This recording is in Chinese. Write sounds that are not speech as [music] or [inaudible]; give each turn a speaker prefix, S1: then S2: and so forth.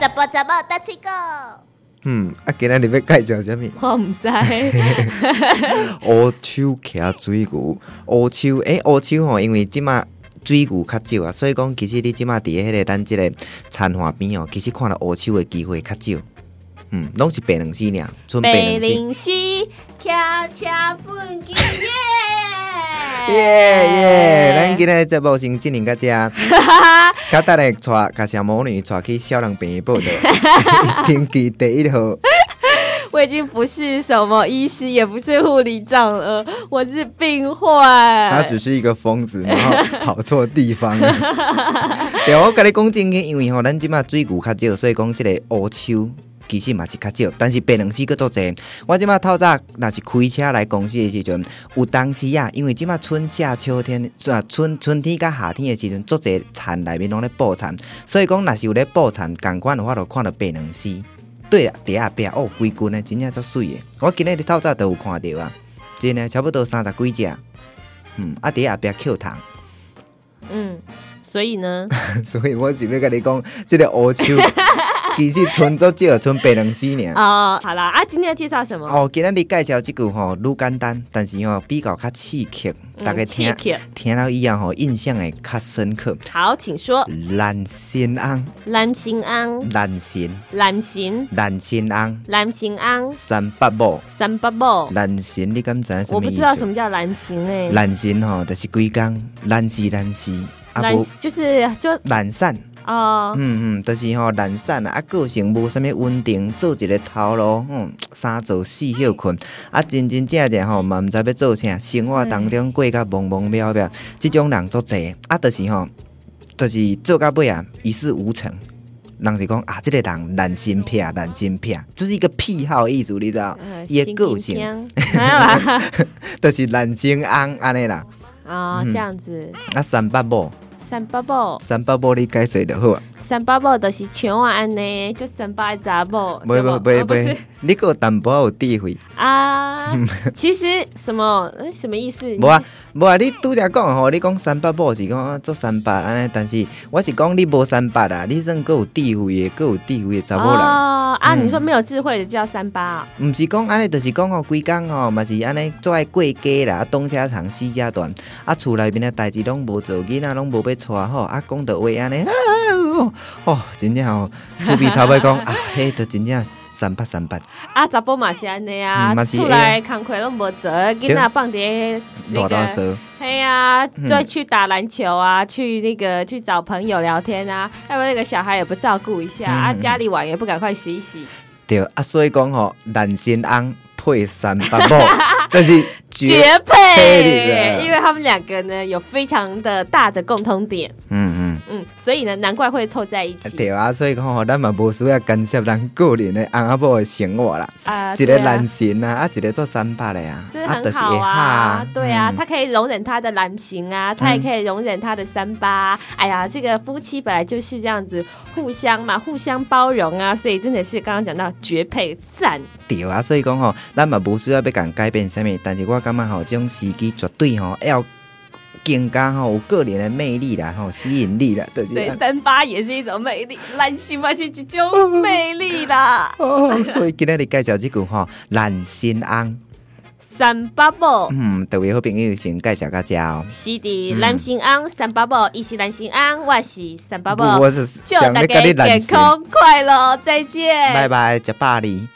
S1: 怎么怎么大七个？
S2: 嗯，啊，今仔日要介绍啥物？
S3: 我唔知，
S2: [laughs] 乌手徛水牛，乌手诶，乌手吼，因为即马水牛较少啊，所以讲其实你即马伫迄个咱即个田花边哦，其实看到乌手的机会较少。嗯，拢是白龙丝尔，剩白
S3: 白
S2: 龙丝。
S3: 灵溪
S1: 跳恰蹦极耶！
S2: 耶耶！咱今日的节目先进行到遮，甲等下带甲小魔女带去小人病院报道， [laughs] 天气第一号。
S3: 我已经不是什么医师，也不是护理长了，我是病患。
S2: 他只是一个疯子，然后跑错地方了。对，我跟你讲真的，因为吼，咱即马水牛较少，所以讲即个乌手哦其实嘛是较少，但是白龙溪佫足济。我即马透早若是开车来公司的时阵，有当时啊，因为即马春夏秋天，啊春春天甲夏天的时阵，足济田内面拢咧布田，所以讲若是有咧布田，共款的我就看到白龙溪。对啊，第二壁哦，规群的真正足水的，我今日透早都有看到啊，真的差不多三十几只。嗯，啊，伫后壁扣糖，
S3: 嗯，所以呢，
S2: [laughs] 所以我是要甲你讲，即、个
S3: [laughs]
S2: 乌手其实存足少，存白两丝尔。
S3: 啊、好啦，啊，今天要介绍什么？
S2: 哦，今仔日介绍即句吼，愈简单，但是吼、比较较刺激，
S3: 嗯
S2: 大家听、
S3: 刺激
S2: 听了以后吼，印象会较深刻。
S3: 好，请说。
S2: 蓝心翁，
S3: 蓝心安，
S2: 蓝心，
S3: 蓝心，
S2: 蓝心翁，
S3: 蓝心安，
S2: 三八某，
S3: 三八宝。
S2: 蓝心，你敢知影什
S3: 我
S2: 么
S3: 不
S2: 意
S3: 知道什
S2: 思？
S3: 么叫蓝心哎、
S2: 蓝心吼，就是规工蓝丝蓝丝，啊
S3: 蓝
S2: 无
S3: 就是就
S2: 懒散。
S3: 哦，
S2: 嗯嗯，就是吼、懒散啊，啊个性无啥物稳定，做一个头路，嗯，三做四休困，啊真真正正吼，嘛毋知要做啥，生活当中过甲茫茫渺渺，即种人足济，啊，就是吼、就是做到尾啊，一事无成。人是讲啊，即、个人懒心癖，懒心癖，就是一个癖好的意思，你知道？
S3: 呃
S2: 伊、的个
S3: 心
S2: 性
S3: [laughs] 平平啊
S2: [laughs] 就是懒心翁安尼啦。
S3: 啊，这样子。
S2: 啊，三八某，
S3: 三八宝，
S2: 三八某你解释就好啊。
S3: 三八宝就是像我安尼，就三八杂宝，
S2: 袂
S3: 对
S2: 袂
S3: 不
S2: 袂
S3: 哦不是
S2: 袂，你还有淡薄仔有智慧。
S3: 啊，
S2: 嗯
S3: [laughs] 其实什么诶什么意思？
S2: 无啊，无啊，你拄则讲吼，你讲三八某是讲啊做三八安尼，但是我是讲你无三八啊，你算够有智慧的，够有智慧的查某人，
S3: 哦啊，
S2: 嗯
S3: 你说没有智慧的就叫三八啊？
S2: 毋、是讲安尼，就是讲吼，规工吼嘛是安尼做爱过家啦，啊东家长西家短，啊厝内面的代志拢无做，囡仔拢无要娶吼，啊讲到话安尼，啊哦哦，真正吼，厝边头尾讲啊，迄就真正三八三八，
S3: 啊，查甫嘛是安尼啊
S2: 嗯，嘛是
S3: 出来工课拢无做，囡仔放伫那
S2: 大大
S3: 个。
S2: 说，
S3: 嘿呀、
S2: 嗯
S3: 对，去打篮球啊，去那个去找朋友聊天啊，要不然那个小孩也不照顾一下、
S2: 嗯
S3: 啊，
S2: 嗯
S3: 家里碗也不赶快洗一洗，
S2: 对啊，所以讲吼，男先翁配三八
S3: [laughs]
S2: 某，但是
S3: 绝
S2: 配的
S3: 配，因为他们两个呢有非常的大的共通点，
S2: 嗯
S3: 嗯，所以呢，难怪会凑在一
S2: 嗯，
S3: 起
S2: 对啊，所以讲吼，咱嘛无需要干涉咱个人的翁仔某的生活啦。
S3: 啊，
S2: 一
S3: 对
S2: 个
S3: 啊
S2: 男神啊，啊一个做三八的啊，
S3: 这
S2: 啊
S3: 很好啊，对啊，
S2: 嗯
S3: 他可以容忍他的懒型啊，他也可以容忍他的三八。哎呀，这个夫妻本来就是这样子，互相嘛，互相包容啊，所以真的是刚刚讲到绝配赞。
S2: 对啊，所以讲吼，咱嘛无需要要共改变啥物，但是我感觉吼，这种时机绝对吼要更加吼有个人的魅力啦，吼吸引力啦，就是啊
S3: 对，
S2: 咱。。
S3: 三八也是一种魅力，懒型嘛是一种魅力啦
S2: 哦，
S3: [laughs]
S2: 所以今日你介绍即句吼，男神翁，
S3: 三八宝。
S2: 嗯，各位好朋友先介绍到遮哦。
S3: 是的，
S2: 嗯
S3: 蓝心安三八宝，一起蓝心安，我是三八宝，
S2: 我是
S3: 祝
S2: 想
S3: 大
S2: 要
S3: 家
S2: 甲你男
S3: 健
S2: 神，
S3: 康快乐，再见，
S2: 拜拜，食百里。